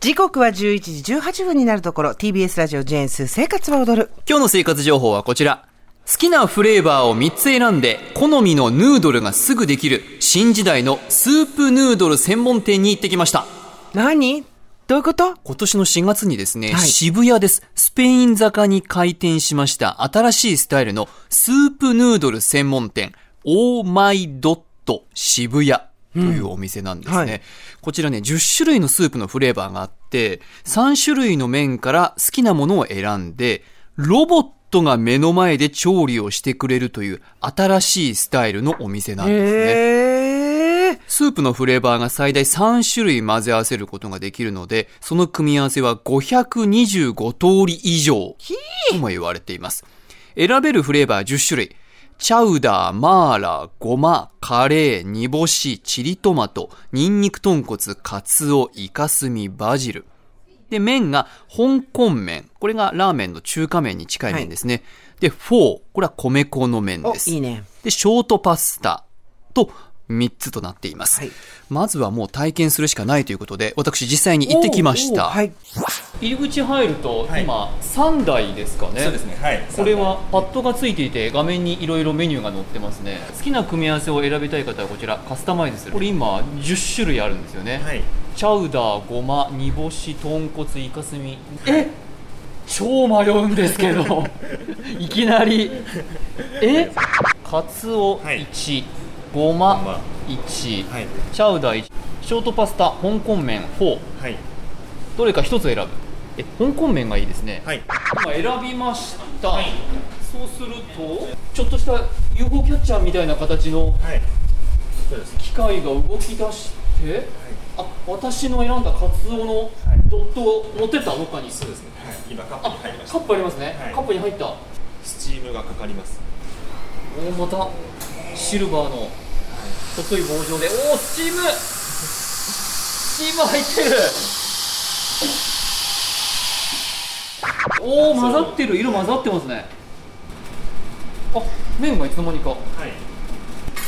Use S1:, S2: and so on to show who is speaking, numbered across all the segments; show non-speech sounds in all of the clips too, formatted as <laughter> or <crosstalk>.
S1: 時刻は11時18分になるところ、TBS ラジオジェーンス生活は踊る。
S2: 今日の生活情報はこちら好きなフレーバーを3つ選んで好みのヌードルがすぐできる新時代のスープヌードル専門店に行ってきました
S1: 何どういうこと
S2: 今年の4月にですね、
S1: はい
S2: 渋谷です。スペイン坂に開店しました新しいスタイルのスープヌードル専門店、オーマイドット渋谷というお店なんですね。
S1: うんはい
S2: こちらね、10種類のスープのフレーバーがあって、3種類の麺から好きなものを選んで、ロボットが目の前で調理をしてくれるという新しいスタイルのお店なんですね。
S1: へえ。
S2: スープのフレーバーが最大3種類混ぜ合わせることができるので、その組み合わせは525通り以上とも言われています。選べるフレーバー10種類。チャウダー、マーラー、ゴマ、カレー、煮干し、チリトマト、ニンニク豚骨、カツオ、イカスミ、バジル。で、麺が香港麺。これがラーメンの中華麺に近い麺ですね。で、フォー。これは米粉の麺
S1: お
S2: で、す。
S1: いいね。
S2: で、ショートパスタと3つとなっています。
S1: はい
S2: まずはもう体験するしかないということで、私実際に行ってきまし
S1: お
S2: た。
S1: ーはい。
S2: 入り口入ると、
S3: はい
S2: 今3台ですかね。
S3: そうですね。はい。
S2: これはパッドがついていて画面にいろいろメニューが載ってますね好きな組み合わせを選びたい方はこちらカスタマイズするこれ今10種類あるんですよね、
S3: はい。
S2: チャウダーごま煮干し豚骨イカスミえ超迷うんですけ
S3: <laughs>
S2: どいきなりえカツオ
S3: はい
S2: 1ごま
S3: ま
S2: 1
S3: はい。
S2: チャウダー1ショートパスタ香港麺4
S3: はい。
S2: どれか1つ選ぶえ香港麺がいいですね、
S3: はい。
S2: 今選びました、そうするとちょっとした UFO キャッチャーみたいな形の
S3: はい。そうです。
S2: 機械が動き出して、あ私の選んだカツオの
S3: はい
S2: ドットを持ってったどっかに
S3: そうですね。はい。今カップ
S2: あ
S3: に入りまし
S2: カ
S3: た
S2: ッ。プありますね、
S3: はい
S2: カップに入ったお
S3: スチームがかかります。
S2: ーまたシルバーの細い棒状でおおスチームスチーム入ってるおお混ざってる色混ざってますねあ麺がいつの間にか
S3: はい。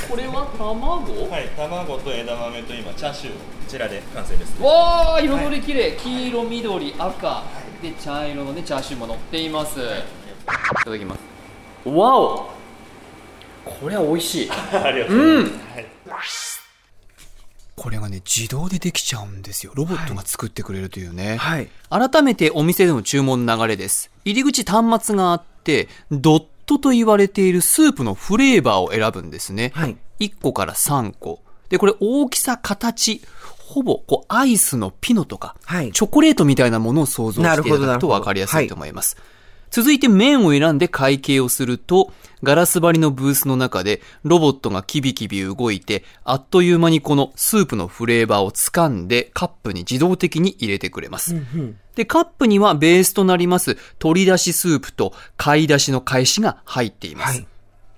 S2: これは卵、
S3: はい。卵と枝豆と今チャーシューをこちらで完成です。
S2: わあ彩り綺麗、黄色緑赤で茶色のねチャーシューも乗っています、い、ただきますわおこれは美味しい
S3: ありがと
S2: うん
S3: はい。
S2: これがね自動でできちゃうんですよロボットが作ってくれるというね、
S1: はい。
S2: 改めてお店での注文の流れです入り口端末があってドットと言われているスープのフレーバーを選ぶんですね、
S1: はい
S2: 1個から3個でこれ大きさ形ほぼこうアイスのピノとか、
S1: はい
S2: チョコレートみたいなものを想像していた
S1: なる
S2: だ
S1: ほどなる
S2: く
S1: ほ
S2: と
S1: ど
S2: 分かりやすいと思います、続いて麺を選んで会計をするとガラス張りのブースの中でロボットがキビキビ動いてあっという間にこのスープのフレーバーを掴んでカップに自動的に入れてくれます、で、カップにはベースとなります鶏だしスープと貝だしの返しが入っています。
S1: はい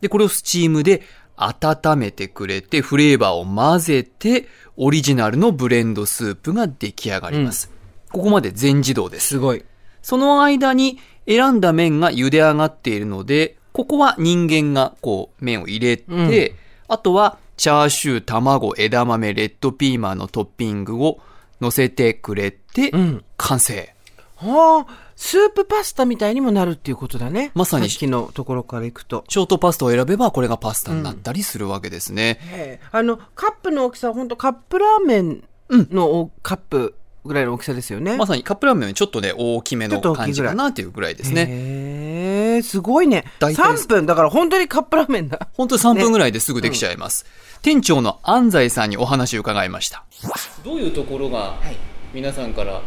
S2: で、これをスチームで温めてくれて、フレーバーを混ぜて、オリジナルのブレンドスープが出来上がります。ここまで全自動です。
S1: すごい。
S2: その間に選んだ麺が茹で上がっているので、ここは人間がこう麺を入れて、
S1: うん
S2: あとはチャーシュー、卵、枝豆、レッドピーマンのトッピングを乗せてくれて、
S1: ん
S2: 完成。
S1: はあ、スープパスタみたいにもなるっていうことだね。
S2: まさに
S1: さっきのところからいくと。
S2: ショートパスタを選べばこれがパスタになったりするわけですね。
S1: へえあの、カップの大きさは本当カップラーメンのおカップぐらいの大きさですよね。
S2: まさにカップラーメンよりちょっとね、大きめ
S1: ちょ
S2: の
S1: っと大き
S2: 感
S1: いぐ
S2: じ
S1: らい
S2: かなというぐらいですね。
S1: へえ、すごいね。
S2: 大体
S1: 3分、だから本当にカップラーメンだ。
S2: 本当に3分ぐらいですぐできちゃいます。店長の安西さんにお話を伺いました。どういうところが
S3: はい。
S2: 皆さんから
S3: はい。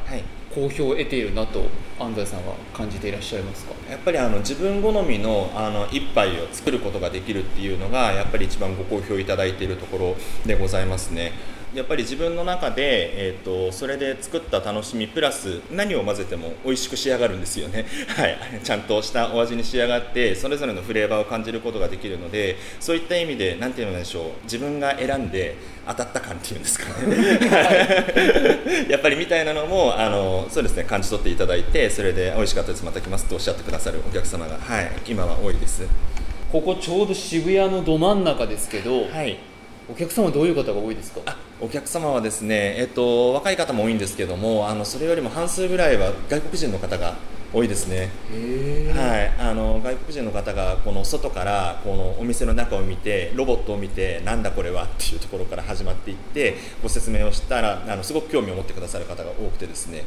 S2: 好評を得ているなと安西さんは感じていらっしゃいますか
S3: やっぱりあの自分好みのあの一杯を作ることができるっていうのがやっぱり一番ご好評いただいているところでございますね。やっぱり自分の中で、えー、とそれで作った楽しみプラス何を混ぜても美味しく仕上がるんですよね、はい、ちゃんとしたお味に仕上がってそれぞれのフレーバーを感じることができるのでそういった意味で何て言うんでしょう自分が選んで当たった感っていうんですか <laughs> ねやっぱりみたいなのもあのそうですね感じ取っていただいてそれで美味しかったですまた来ますとおっしゃってくださるお客様が、はい、今は多いです
S2: ここちょうど渋谷のど真ん中ですけど、
S3: はい
S2: お客様どういう方が多いですか
S3: お客様はですね、えっと、若い方も多いんですけどもあのそれよりも半数ぐらいは外国人の方が多いですね、はい、あの外国人の方がこの外からこのお店の中を見てロボットを見てなんだこれはっていうところから始まっていってご説明をしたらあのすごく興味を持ってくださる方が多くてですね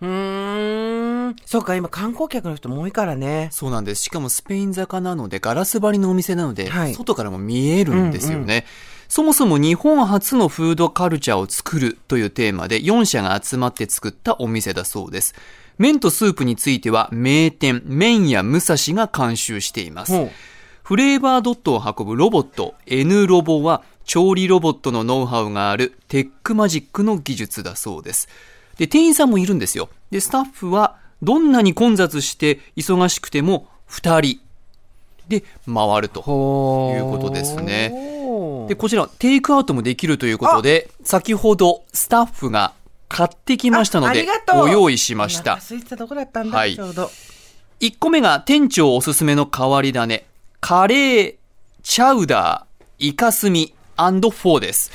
S1: うーん。そうか、今観光客の人も多いからね。
S2: そうなんです。しかもスペイン坂なので、ガラス張りのお店なので、
S1: はい
S2: 外からも見えるんですよね。そもそも日本初のフードカルチャーを作るというテーマで4社が集まって作ったお店だそうです。麺とスープについては名店、麺や武蔵が監修しています。
S1: ほう
S2: フレーバードットを運ぶロボット N ロボは調理ロボットのノウハウがあるテックマジックの技術だそうです。で、店員さんもいるんですよ。で、スタッフはどんなに混雑して忙しくても2人で回るということですね。で、こちら、テイクアウトもできるということで、先ほどスタッフが買ってきましたの
S1: ああ
S2: で
S1: りが、とう
S2: ご用意しまし
S1: お
S2: た
S1: 腹。空いてたとこだったんだ、
S2: はい
S1: ちょうど。
S2: 1個目が店長おすすめの変わり種カレーチャウダーイカスミフォーです、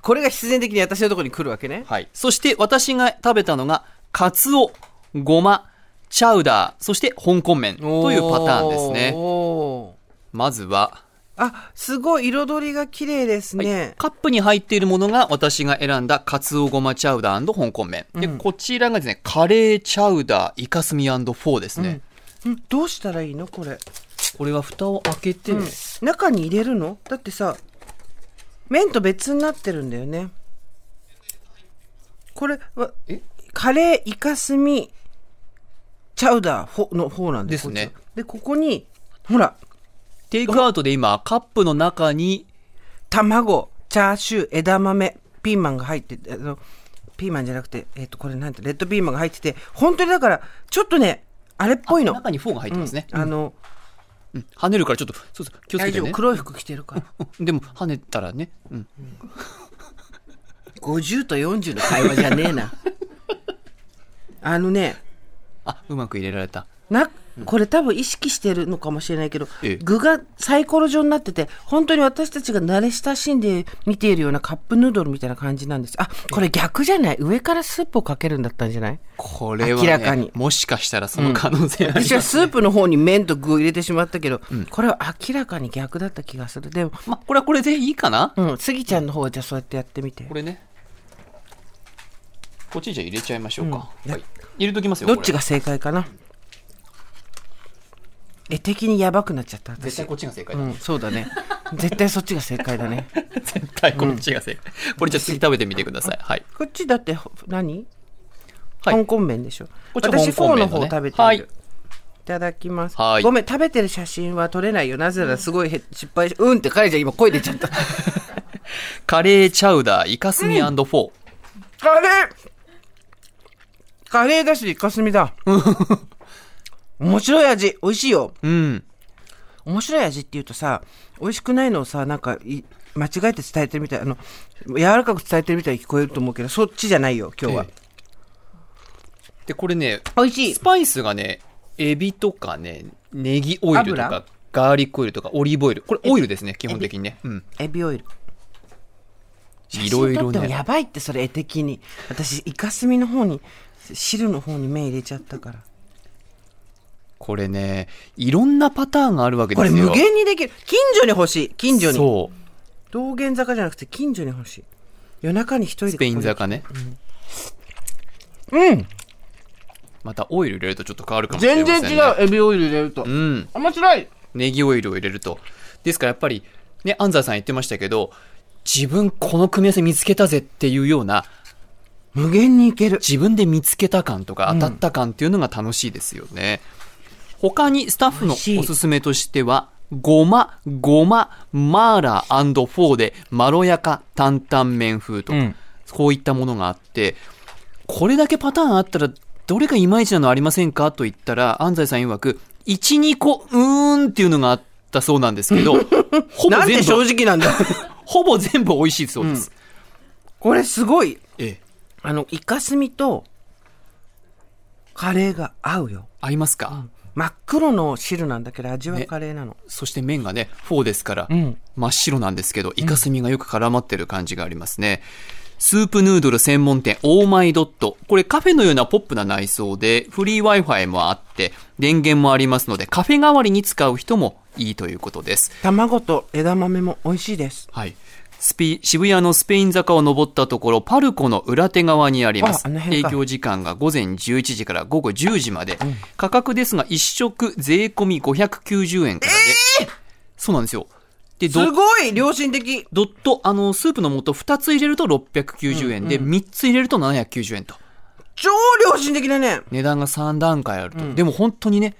S1: これが必然的に私のところに来るわけね。
S2: はい、そして私が食べたのがカツオゴマチャウダーそして香港麺というパターンですね
S1: ね。
S2: まずは、
S1: あ、すごい彩りが綺麗です
S2: はい
S1: ね。
S2: カップに入っているものが私が選んだカツオゴマチャウダー香港麺、で
S1: うん
S2: こちらがですねカレーチャウダーイカスミフォーですね、
S1: んどうしたらいいのこれ、
S2: これは蓋を開けて、
S1: うん中に入れるのだってさ、麺と別になってるんだよね。これは、カレー、イカスミ、チャウダーほの方なんです
S2: ですね。
S1: こっちはで、ここに、ほら、
S2: テイクアウトで今カップの中に
S1: 卵、チャーシュー、枝豆、ピーマンが入ってて、あの、ピーマンじゃなくて、えっ、と、これなんて、レッドピーマンが入ってて、本当にだから、ちょっとね、あれっぽいの。
S2: 中にフォーが入ってますね、
S1: うんあの、
S2: 跳ねるからちょっとそうそう気をつけ
S1: 大
S2: て
S1: 丈夫、
S2: ね
S1: 黒い服着てるから。
S2: うんでも跳ねたらね、うん、
S1: 50と40の会話じゃねえ
S2: <laughs>
S1: な。あのね、
S2: あうまく入れられた
S1: な、これ多分意識してるのかもしれないけど、
S2: ええ
S1: 具がサイコロ状になってて、本当に私たちが慣れ親しんで見ているようなカップヌードルみたいな感じなんです。あ、これ逆じゃない上からスープをかけるんだったんじゃない
S2: これは、ね、
S1: 明らかに
S2: もしかしたらその可能性あり
S1: 私は
S2: ます、
S1: スープの方に麺と具を入れてしまったけど、これは明らかに逆だった気がする。でも、
S2: まあこれはこれでいいかな、
S1: うん、スギちゃんの方はじゃあそうやってやってみて
S2: こ。れねこっちじゃあ入れちゃいましょうか、はい、入れときますよ
S1: どっち
S2: こ
S1: が正解かな絵的にやばくなっちゃった
S2: れ絶
S1: 私
S2: 対こっちが正解
S1: う
S2: だ、
S1: んそうだね <laughs> 絶対そっちが正解だね
S2: 絶対こっちが正解、これじゃあ次食べてみてくださいはい、
S1: <laughs> こっちだってほ何、
S2: はい
S1: 香港麺でしょ
S2: こっちは
S1: 私
S2: 香
S1: フォ
S2: 港
S1: ーの
S2: 麺だ
S1: 方
S2: ね
S1: 食べてる、
S2: はい
S1: い、ただきます、
S2: はい
S1: ごめん食べてる写真は撮れないよなぜならすごいへ失敗しうんって彼じゃん今声出ち <laughs> ゃった
S2: カレーチャウダーイカスミフォー、
S1: カレーカレーだしイカスミだ面白い味美味しいよ
S2: うん
S1: 面白い味っていうとさ美味しくないのをさなんかい間違えて伝えてるみたいあの柔らかく伝えてるみたいに聞こえると思うけどそっちじゃないよ今日は、
S2: えでこれね
S1: 美味しい
S2: スパイスがね、エビとかね、ネギオイルと
S1: 油
S2: か、ガーリックオイルとか、オリーブオイル。これオイルですね、基本的にね。うん。
S1: エビオイル
S2: いろ
S1: 写真
S2: いろ
S1: 撮ってもや
S2: ね。
S1: ばいってそれ絵的に私イカスミの方に汁の方に目入れちゃったから
S2: これね、いろんなパターンがあるわけで
S1: こ
S2: す
S1: れ
S2: よ。
S1: 無限にできる近所に欲しい近所に
S2: そ
S1: 道玄坂じゃなくて近所に欲しい夜中に一人
S2: う。
S1: で
S2: スペイン
S1: こ
S2: 坂ね。
S1: うん
S2: またオイル入れるとちょっと変わるか
S1: こ
S2: も
S1: に
S2: しれま
S1: 全
S2: せん、ね。
S1: 然違う。エビオイル入れると、
S2: うん。
S1: 面白い
S2: ネギオイルを入れると。ですからやっぱり、ね、安西さん言ってましたけど、自分この組み合わせ見つけたぜっていうような、
S1: 無限にいける
S2: 自分で見つけた感とか当たった感っていうのが楽しいですよね、他にスタッフのおすすめとしてはごまごまマーラーフォーでまろやか担々麺風とか、
S1: うん
S2: こういったものがあってこれだけパターンあったらどれがいまいちなのありませんかと言ったら安西さん曰く12個うーんっていうのがあったそうなんで
S1: <laughs>
S2: すけどほぼ
S1: なん
S2: 全
S1: て正
S2: 部
S1: 直なんだ <laughs>
S2: ほぼ全部美味しいそうです、
S1: これすごい
S2: ええ
S1: あの、イカスミと、カレーが合うよ。
S2: 合いますか、
S1: 真っ黒の汁なんだけど味はカレーなの、
S2: そして麺がね、フォーですから、
S1: ん
S2: 真っ白なんですけど、イカスミがよく絡まってる感じがありますね。スープヌードル専門店、オーマイドット。これカフェのようなポップな内装で、フリー Wi-Fi もあって、電源もありますので、カフェ代わりに使う人もいいということです。
S1: 卵と枝豆も美味しいです
S2: はい。スピ渋谷のスペイン坂を登ったところ、パルコの裏手側にあります。
S1: ああの辺
S2: 営
S1: か
S2: 業時間が午前11時から午後10時まで。価格ですが、1食税込み590円からで。そうなんですよ。で、
S1: す
S2: ド
S1: ごい良心的
S2: ドット、あの、スープの素2つ入れると690円で、3つ入れると790円と。
S1: 超良心的だね
S2: 値段が3段階あると。でも本当にね、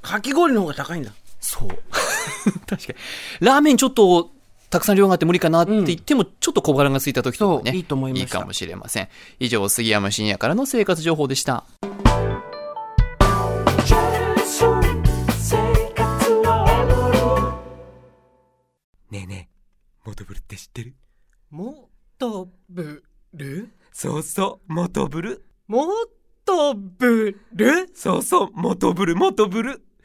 S1: かき氷の方が高いんだ
S2: そう。 <laughs> 確かに。ラーメンちょっと、たくさん量があって無理かなって言っても、ちょっと小腹が空いた時とかね、
S1: そういいと思いました
S2: いかもしれません。以上、杉山深也からの生活情報でした。
S4: ねえねえ、モトブルって知ってる
S5: もっとぶる
S4: そうそう、モトブル。
S5: もっとぶる
S4: そうそう、モトブル、モトブル。